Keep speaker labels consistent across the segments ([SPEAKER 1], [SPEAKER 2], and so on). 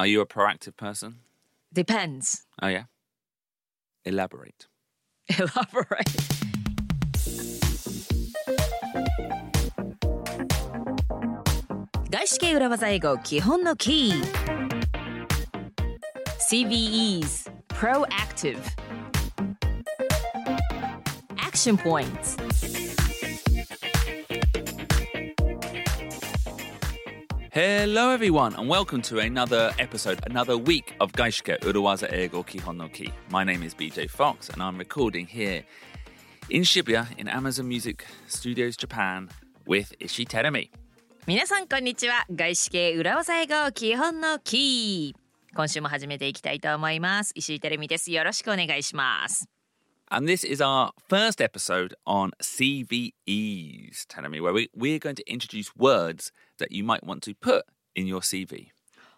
[SPEAKER 1] Are you a proactive person?
[SPEAKER 2] Depends.
[SPEAKER 1] Oh, yeah. Elaborate.
[SPEAKER 2] Elaborate.外資系裏技英語基本のキー CVEs Proactive Action Points
[SPEAKER 1] Hello, everyone, and welcome to another episode, another week of Gaishike Uruwaza Eigo Kihon no Ki. My name is BJ Fox, and I'm recording here in Shibuya in Amazon Music Studios Japan with Ishi Teremi.
[SPEAKER 2] 皆さんこんにちは外資系裏技英語基本のキー今週も始めていきたいと思います石井テレミですよろしくお願いします
[SPEAKER 1] And this is our first episode on CVEs, Teremi, where we, we're going to introduce words that you might want to put in your CV.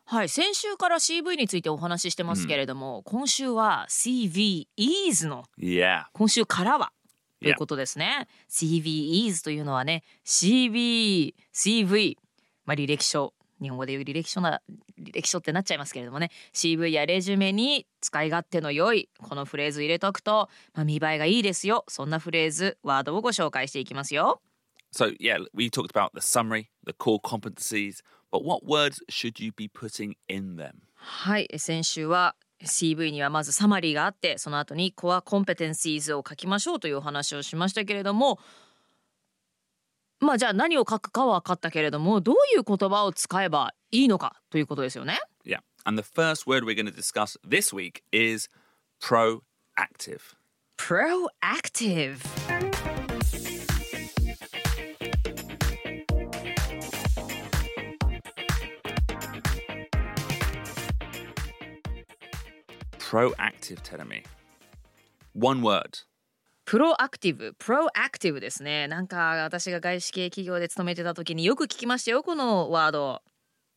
[SPEAKER 2] はい先週から CV についてお話ししてますけれども、今週は CVEs の
[SPEAKER 1] Yeah.
[SPEAKER 2] 今週からは
[SPEAKER 1] Yeah.
[SPEAKER 2] ということですね。CVEs というのはね、CV、CV、まあ、履歴書、日本語で言う履歴書な、履歴書ってなっちゃいますけれどもね、CV やレジュメに使い勝手の良い、このフレーズ入れとくと、まあ、見栄えがいいですよ。そんなフレーズ、ワードをご紹介していきますよ。
[SPEAKER 1] So, yeah, we talked about the summary, the core competencies, but what words should you be putting in them?
[SPEAKER 2] はい、え先週は CV にはまずサマリーがあってその後にコアコンペテンシーズを書きましょうというお話をしましたけれどもまあじゃあ何を書くかは分かったけれどもどういう言葉を使えばいいのかということですよね。
[SPEAKER 1] Yeah. And the first word we're going to discuss this week is proactive.
[SPEAKER 2] Proactive
[SPEAKER 1] Proactive, Teremi. One word.
[SPEAKER 2] プロアクティブプロアクティブですねなんか私が外資系企業で勤めてた時によく聞きましたよこのワード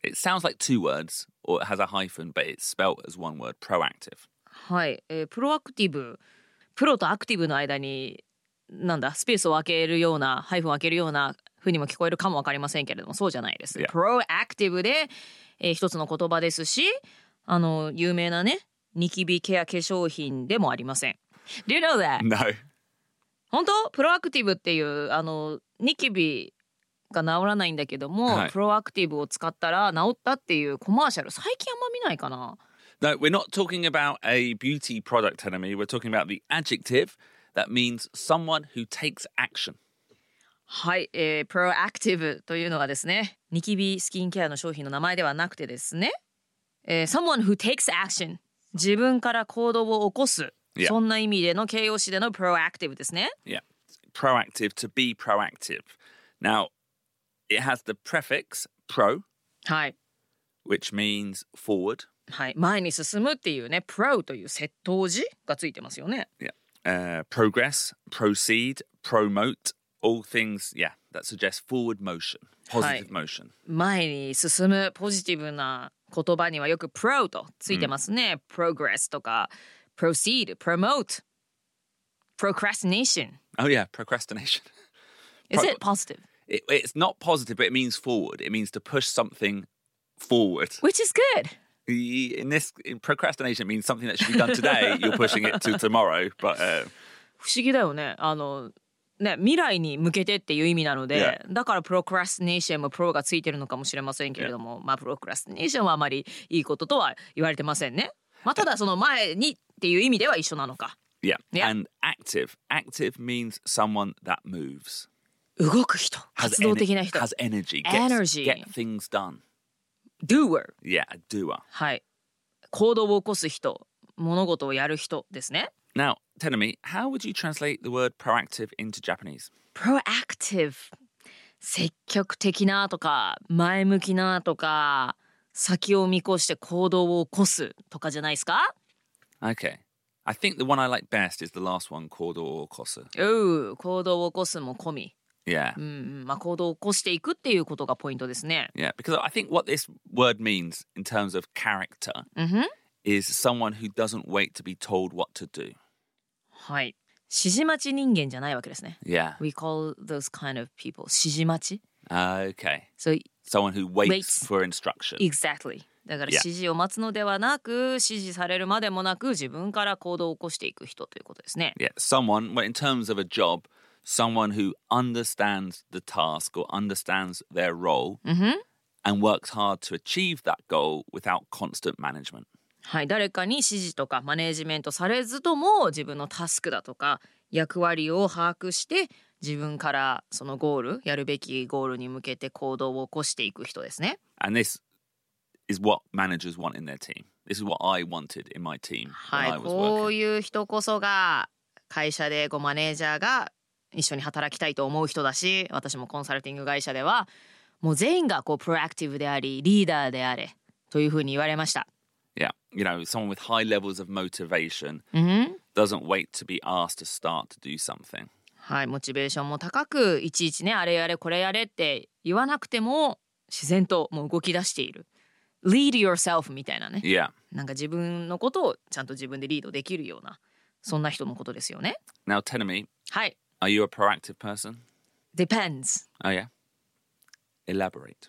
[SPEAKER 1] It sounds like two words or it has a hyphen, but it's spelt as one word proactive.
[SPEAKER 2] はい、えープロアクティブプロとアクティブの間になんだスペースを空けるようなハイフンを空けるような風にも聞こえるかも分かりませんけれどもそうじゃないです。
[SPEAKER 1] いや
[SPEAKER 2] プロアクティブで、えー一つの言葉ですしあの有名なねニキビケア化粧品でもありません。Do you know that?
[SPEAKER 1] No.
[SPEAKER 2] 本当プロアクティブっていうあのニキビが治らないんだけども、
[SPEAKER 1] はい
[SPEAKER 2] プロアクティブを使ったら治ったっていうコマーシャル最近あんま見ないかな。
[SPEAKER 1] No, we're not talking about a beauty product, Teremi. We're talking about the adjective that means someone who takes action.
[SPEAKER 2] はい、えー、プロアクティブというのはですね、ニキビスキンケアの商品の名前ではなくてですね、えー someone who takes action 自分から行動を起こす、
[SPEAKER 1] Yeah.
[SPEAKER 2] そんな意味での形容詞でのプロアクティブですね。
[SPEAKER 1] Yeah. Proactive to be proactive. Now, it has the prefix pro,
[SPEAKER 2] はい、
[SPEAKER 1] which means forward.
[SPEAKER 2] はい、前に進むっていうね、プロという接頭字がついてますよね。
[SPEAKER 1] Yeah. Uh, progress, proceed, promote, all things, yeah, that suggests forward motion, positive
[SPEAKER 2] Hi.
[SPEAKER 1] motion.
[SPEAKER 2] 前に進むポジティブな言葉にはよくプロとついてますね。progress とか proceed、promote、procrastination。
[SPEAKER 1] Oh, yeah, procrastination.
[SPEAKER 2] Is
[SPEAKER 1] Pro-
[SPEAKER 2] it positive?
[SPEAKER 1] It, it's not positive, but it means forward. It means to push something forward.
[SPEAKER 2] Which is good.
[SPEAKER 1] Y- In this, in procrastination means something that should be done today. you're pushing it to tomorrow, but uh,
[SPEAKER 2] 不思議だよねあのね未来に向けてっていう意味なので、だからプロクラスネーションもプロがついてるのかもしれませんけれども、まあプロクラスネーションはあまりいいこととは言われてませんね。まあただその前にっていう意味では一緒なのか。
[SPEAKER 1] yeah.
[SPEAKER 2] Yeah.
[SPEAKER 1] And active, active means someone that moves,
[SPEAKER 2] 動く人、活動
[SPEAKER 1] ener-
[SPEAKER 2] 的な人、
[SPEAKER 1] has energy, gets,
[SPEAKER 2] Energy.
[SPEAKER 1] get things done.
[SPEAKER 2] doer。
[SPEAKER 1] Yeah, a doer.
[SPEAKER 2] はい。行動を起こす人、物事をやる人ですね。
[SPEAKER 1] Now, tell me, how would you translate the word proactive into Japanese?
[SPEAKER 2] プロアクティブ積極的なとか前向きなとか先を見越して行動を起こすとかじゃないですか
[SPEAKER 1] Okay. I think the one I like best is the last one, Cordo or Kosa.
[SPEAKER 2] うん行動を起こすも込み、
[SPEAKER 1] Yeah.
[SPEAKER 2] うんうんまあ、行動を起こしていくっていうことがポイントですね。
[SPEAKER 1] Yeah. Because I think what this word means in terms of character
[SPEAKER 2] うんふん、
[SPEAKER 1] is someone who doesn't wait to be told what to do.
[SPEAKER 2] はい指示待ち人間じゃないわけですね。
[SPEAKER 1] Yeah.
[SPEAKER 2] We call those kind of people 指示待ち。
[SPEAKER 1] Okay.
[SPEAKER 2] So
[SPEAKER 1] Someone who waits,
[SPEAKER 2] Waits. E-
[SPEAKER 1] for instruction.
[SPEAKER 2] exactly だから
[SPEAKER 1] いや
[SPEAKER 2] 指示を待つのではなく指示されるまでもなく自分から行動を起こしていく人ということですね。
[SPEAKER 1] Yeah, someone, well, in terms of a job, someone who understands the task or understands their role and works hard to achieve that goal without constant management.
[SPEAKER 2] はい、誰かに指示とかマネージメントされずとも自分のタスクだとか役割を把握して自分からそのゴールやるべきゴールに向けて行動を起こしていく人ですね。
[SPEAKER 1] And this is what managers want in their team. This is what I wanted in my team
[SPEAKER 2] は
[SPEAKER 1] when
[SPEAKER 2] い、
[SPEAKER 1] I was
[SPEAKER 2] こう
[SPEAKER 1] working.
[SPEAKER 2] いう人こそが会社でこうマネージャーが一緒に働きたいと思う人だし私もコンサルティング会社ではもう全員がこうプロアクティブでありリーダーであれというふうに言われました。
[SPEAKER 1] Yeah, you know, someone with high levels of motivation
[SPEAKER 2] うん、
[SPEAKER 1] doesn't wait to be asked to start to do something.
[SPEAKER 2] はい、モチベーションも高くいちいちねあれやれこれやれって言わなくても自然ともう動き出している。Lead yourself みたいなね
[SPEAKER 1] Yeah.
[SPEAKER 2] なんか自分のことをちゃんと自分でリードできるようなそんな人のことですよね。
[SPEAKER 1] Now, Tenemy,
[SPEAKER 2] はい
[SPEAKER 1] are you a proactive person?
[SPEAKER 2] Depends
[SPEAKER 1] Oh, yeah. Elaborate.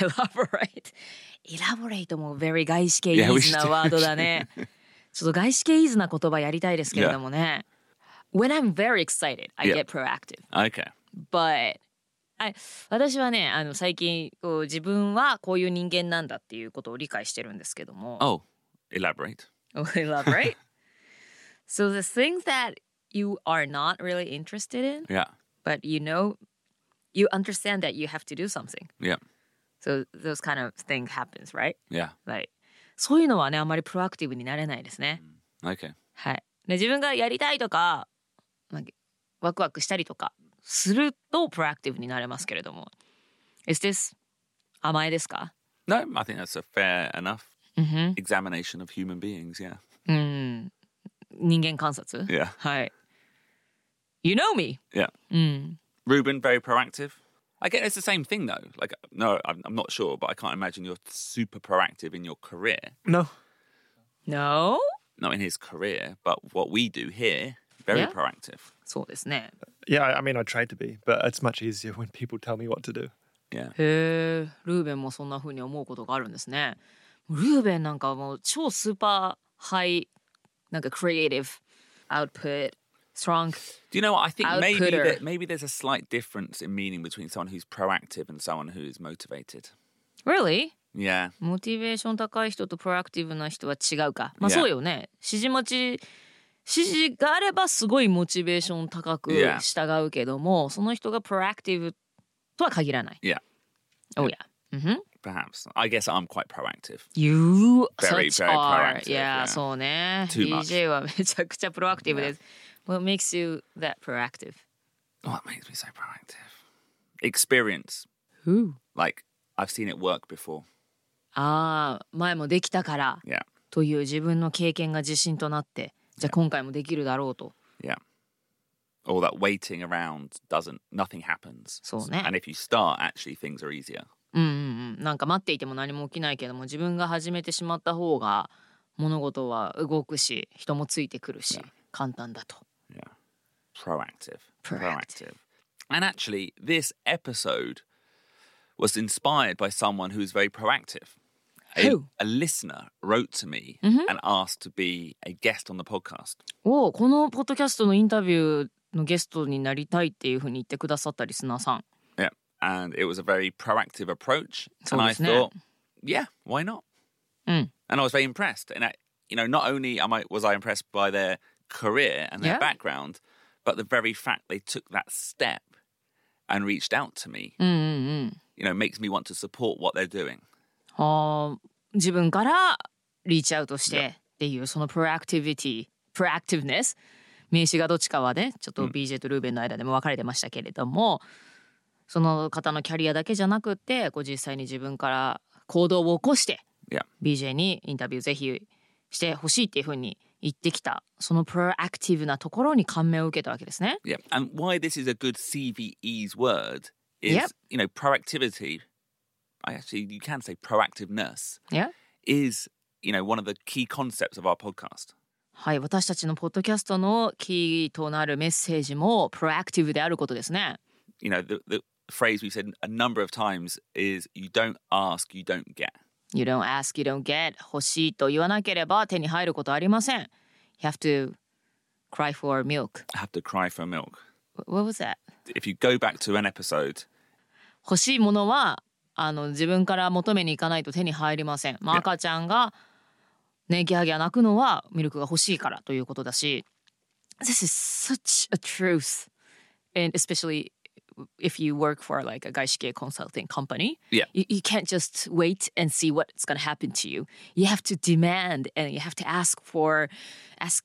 [SPEAKER 2] elaborate elaborate も very 外資系イ
[SPEAKER 1] Yeah, we
[SPEAKER 2] ーズな
[SPEAKER 1] should-
[SPEAKER 2] ワード だねちょっと外資系イーズな言葉やりたいですけれどもね、When I'm very excited I
[SPEAKER 1] Yeah.
[SPEAKER 2] get proactive
[SPEAKER 1] Okay.
[SPEAKER 2] but I 私はねあの最近こう自分はこういう人間なんだっていうことを理解してるんですけども
[SPEAKER 1] Oh, elaborate.
[SPEAKER 2] elaborate so the things that you are not really interested in
[SPEAKER 1] Yeah.
[SPEAKER 2] but you know you understand that you have to do something
[SPEAKER 1] Yeah.
[SPEAKER 2] so those kind of things happens right
[SPEAKER 1] Yeah.
[SPEAKER 2] Right. そういうのはねあんまりプロアクティブになれないですね。
[SPEAKER 1] Okay.
[SPEAKER 2] はい、で自分がやりたいとかまあワクワクしたりとかするとプロアクティブになれますけれども。Is this 甘えですか
[SPEAKER 1] No, I think that's a fair enough
[SPEAKER 2] うん、
[SPEAKER 1] examination of human beings. Yeah.
[SPEAKER 2] うん、人間観察
[SPEAKER 1] Yeah.
[SPEAKER 2] はい。You know me!
[SPEAKER 1] Yeah.
[SPEAKER 2] うん。
[SPEAKER 1] Ruben, very proactive. I get it's the same thing though. Like, no, I'm, I'm not sure, but I can't imagine you're super proactive in your career.
[SPEAKER 3] No.
[SPEAKER 2] No?
[SPEAKER 1] Not in his career, but what we do here, very
[SPEAKER 2] Yeah.
[SPEAKER 1] proactive.
[SPEAKER 2] そうですね。
[SPEAKER 3] Yeah, I mean, I try to be, but it's much easier when people tell me what to do.
[SPEAKER 1] Yeah.
[SPEAKER 2] へえルーベンもそんな風に思うことがあるんですねルーベンなんかもう超スーパーハイなんかクリエイティブアウトプットストロング
[SPEAKER 1] Do you know what? I think maybe
[SPEAKER 2] Outputter.
[SPEAKER 1] that maybe there's a slight difference in meaning between someone who's proactive and someone who is motivated.
[SPEAKER 2] Really?
[SPEAKER 1] Yeah.
[SPEAKER 2] モチベーション高い人とプロアクティブな人は違うかまあ
[SPEAKER 1] Yeah.
[SPEAKER 2] そうよね指示待ち指示があればすごいモチベーション高く
[SPEAKER 1] Yeah.
[SPEAKER 2] 従うけども、その人がプロアクティブとは限らない
[SPEAKER 1] Yeah.
[SPEAKER 2] Oh yeah、Mhm.
[SPEAKER 1] Perhaps. I guess I'm quite proactive.
[SPEAKER 2] You
[SPEAKER 1] Very,
[SPEAKER 2] such
[SPEAKER 1] very
[SPEAKER 2] are.
[SPEAKER 1] proactive,
[SPEAKER 2] y e a
[SPEAKER 1] yeah.
[SPEAKER 2] そうね。
[SPEAKER 1] Too much.
[SPEAKER 2] DJ はめちゃくちゃプロアクティブです。What makes you that proactive?
[SPEAKER 1] What makes me so proactive? Experience.
[SPEAKER 2] Who?
[SPEAKER 1] Like I've seen it work before.
[SPEAKER 2] ああ、前もできたから
[SPEAKER 1] Yeah.
[SPEAKER 2] という自分の経験が自信となって、じゃあ今回もできるだろうと。
[SPEAKER 1] Yeah. All that waiting around doesn't nothing happens.
[SPEAKER 2] So now-
[SPEAKER 1] And if you start, actually things are easier.
[SPEAKER 2] うんうんうん。なんか待っていても何も起きないけども、自分が始めてしまった方が物事は動くし、人もついてくるし、簡単だと。
[SPEAKER 1] Yeah. Proactive.
[SPEAKER 2] Proactive.
[SPEAKER 1] And actually, this episode was inspired by someone who is very proactive. A-
[SPEAKER 2] Who?
[SPEAKER 1] A, listener wrote to me and asked to be a guest on the podcast.
[SPEAKER 2] おお、このポッドキャストのインタビューのゲストになりたいっていうふうに言ってくださったリスナーさん。
[SPEAKER 1] Yeah. And it was a very proactive approach.
[SPEAKER 2] So
[SPEAKER 1] And I
[SPEAKER 2] wasn't it?
[SPEAKER 1] thought, yeah, why not?
[SPEAKER 2] Mm.
[SPEAKER 1] And I was very impressed. And I, you know, not only am I was I impressed by their career and their
[SPEAKER 2] Yeah.
[SPEAKER 1] background, but the very fact they took that step and reached out to me,
[SPEAKER 2] うんうんうん。
[SPEAKER 1] you know, makes me want to support what they're doing.
[SPEAKER 2] あー自分からリーチアウトしてっていうそのプロアクティビティプロアクティブネス名詞がどっちかはねちょっと BJ とルーベンの間でも分かれてましたけれども、その方のキャリアだけじゃなくてこう実際に自分から行動を起こして
[SPEAKER 1] Yeah.
[SPEAKER 2] BJ にインタビューぜひしてほしいっていうふうに言ってきたそのプロアクティブなところに感銘を受けたわけですね。
[SPEAKER 1] Yeah. And why this is a good CVE's word is,
[SPEAKER 2] Yep.
[SPEAKER 1] you know, proactivity. I actually, you can say proactiveness
[SPEAKER 2] Yeah.
[SPEAKER 1] is, you know, one of the key concepts of our podcast.
[SPEAKER 2] はい私たちのポッドキャストのキーとなるメッセージもプロアクティブであることですね。
[SPEAKER 1] You know, the, the phrase we've said a number of times is you don't ask, you don't get.
[SPEAKER 2] You don't ask, you don't get. 欲しいと言わなければ手に入ることありません。You have to cry for milk.
[SPEAKER 1] I have to cry for milk.
[SPEAKER 2] What was that?
[SPEAKER 1] If you go back to an episode,
[SPEAKER 2] 欲しいものはあの自分から求めに行かないと手に入りません。まあ、
[SPEAKER 1] Yeah.
[SPEAKER 2] 赤ちゃんがねギャーギャー泣くのはミルクが欲しいからということだし。This is such a truth, and especially if you work for like a 外資系 consulting company,
[SPEAKER 1] Yeah.
[SPEAKER 2] you, you can't just wait and see what's going to happen to you. You have to demand and you have to ask for, ask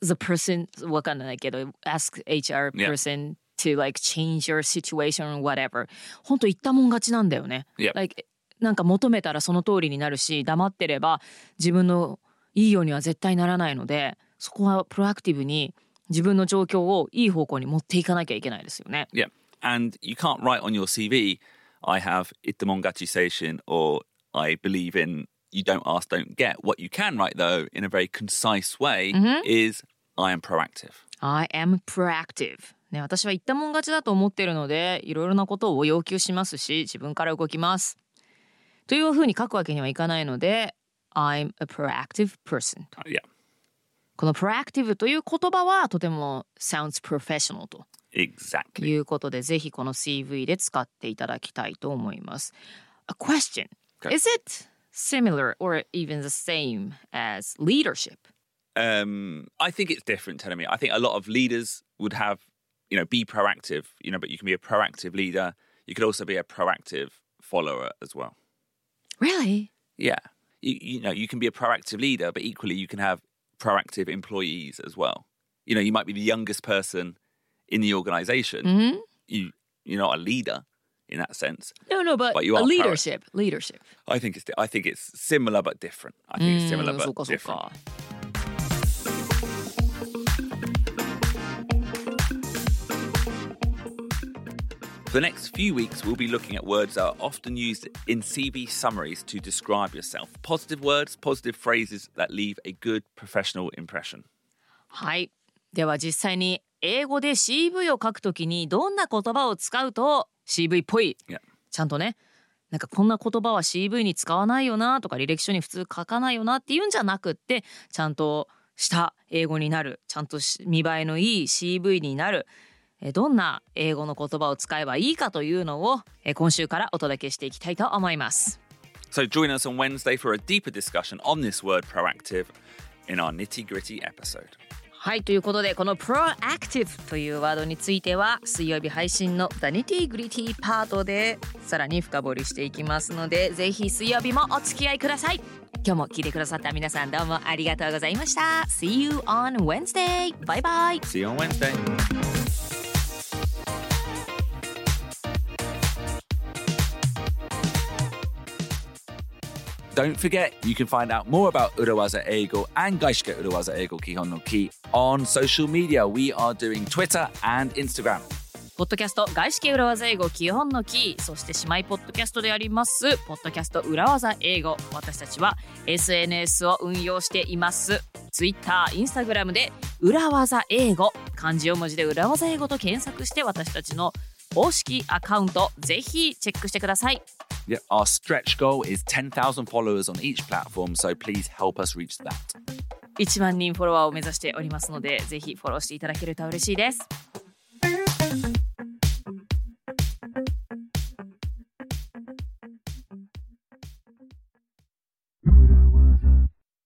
[SPEAKER 2] the person, わかんないけど ask HR
[SPEAKER 1] Yeah.
[SPEAKER 2] person to like change your situation or whatever. 本当言ったもん勝ちなんだよね。
[SPEAKER 1] Yeah.
[SPEAKER 2] Like, なんか求めたらその通りになるし、黙ってれば自分のいいようには絶対ならないので、そこはプロアクティブに自分の状況をいい方向に持っていかなきゃいけないですよね。
[SPEAKER 1] yeah, and you can't write on your CV, I have itamongachi seishin or I believe in you don't ask, don't get. What you can write though, in a very concise way, is I am proactive.
[SPEAKER 2] I am proactive. ね、私は言ったもん勝ちだと思ってるので、いろいろなことを要求しますし、自分から動きます。というふうに書くわけにはいかないので、I'm a proactive person.
[SPEAKER 1] Uh, Yeah,
[SPEAKER 2] この proactive という言葉はとても sounds professional と
[SPEAKER 1] exactly.
[SPEAKER 2] いうことで、ぜひこの CV で使っていただきたいと思います。A question.
[SPEAKER 1] Okay.
[SPEAKER 2] Is it similar or even the same as leadership?
[SPEAKER 1] um, I think it's different. Telling me, I think a lot of leaders would have, you know, be proactive. You know, but you can be a proactive leader. You could also be a proactive follower as well.
[SPEAKER 2] Really?
[SPEAKER 1] Yeah, you, you know, you can be a proactive leader, but equally you can have proactive employees as well. You know, you might be the youngest person in the organization. You you're not a leader in that sense.
[SPEAKER 2] No, no, but,
[SPEAKER 1] But you
[SPEAKER 2] a
[SPEAKER 1] are
[SPEAKER 2] leadership. Leadership.
[SPEAKER 1] I think it's I think it's similar but different. I think it's similar
[SPEAKER 2] うん
[SPEAKER 1] but
[SPEAKER 2] そうかそう
[SPEAKER 1] different.
[SPEAKER 2] か。
[SPEAKER 1] For the next few weeks, we'll be looking at words that are often used in CV summaries to describe yourself. Positive words, positive phrases that leave a good professional impression.
[SPEAKER 2] はい。では実際に英語で CV を書くときにどんな言葉を使うと CV っぽい
[SPEAKER 1] Yeah.
[SPEAKER 2] ちゃんとねなんかこんな言葉は CV に使わないよなとか履歴書に普通書かないよなっていうんじゃなくってちゃんとした英語になるちゃんとし見栄えのいい CV になるえーどんな英語の言葉を使えばいいかというのをえー今週からお届けしていきたいと思います。
[SPEAKER 1] So join us on Wednesday for a deeper discussion on this word proactive in our nitty gritty episode.
[SPEAKER 2] はいということでこの「proactive」というワードについては水曜日配信の「ダニティグリティパートでさらに深掘りしていきますのでぜひ水曜日もお付き合いください今日も聞いてくださった皆さんどうもありがとうございました See you on Wednesday! バイバイ
[SPEAKER 1] See you on Wednesday. Don't forget, you can find out more about Urawaza Eigo and Gaishike Urawaza Eigo Kihon no Ki on social media. We are doing Twitter and Instagram.
[SPEAKER 2] ポッドキャスト外資系裏技英語基本のキーそして姉妹ポッドキャストでありますポッドキャスト裏技英語私たちは SNS を運用しています Twitter、Instagram で裏技英語漢字4文字で裏技英語と検索して私たちの公式アカウントぜひチェックしてください
[SPEAKER 1] Yep, our stretch goal is 10,000 followers on each platform, so please help us reach that.
[SPEAKER 2] 1万人フォロワーを目指しておりますのでぜひフォローしていただけると嬉しいです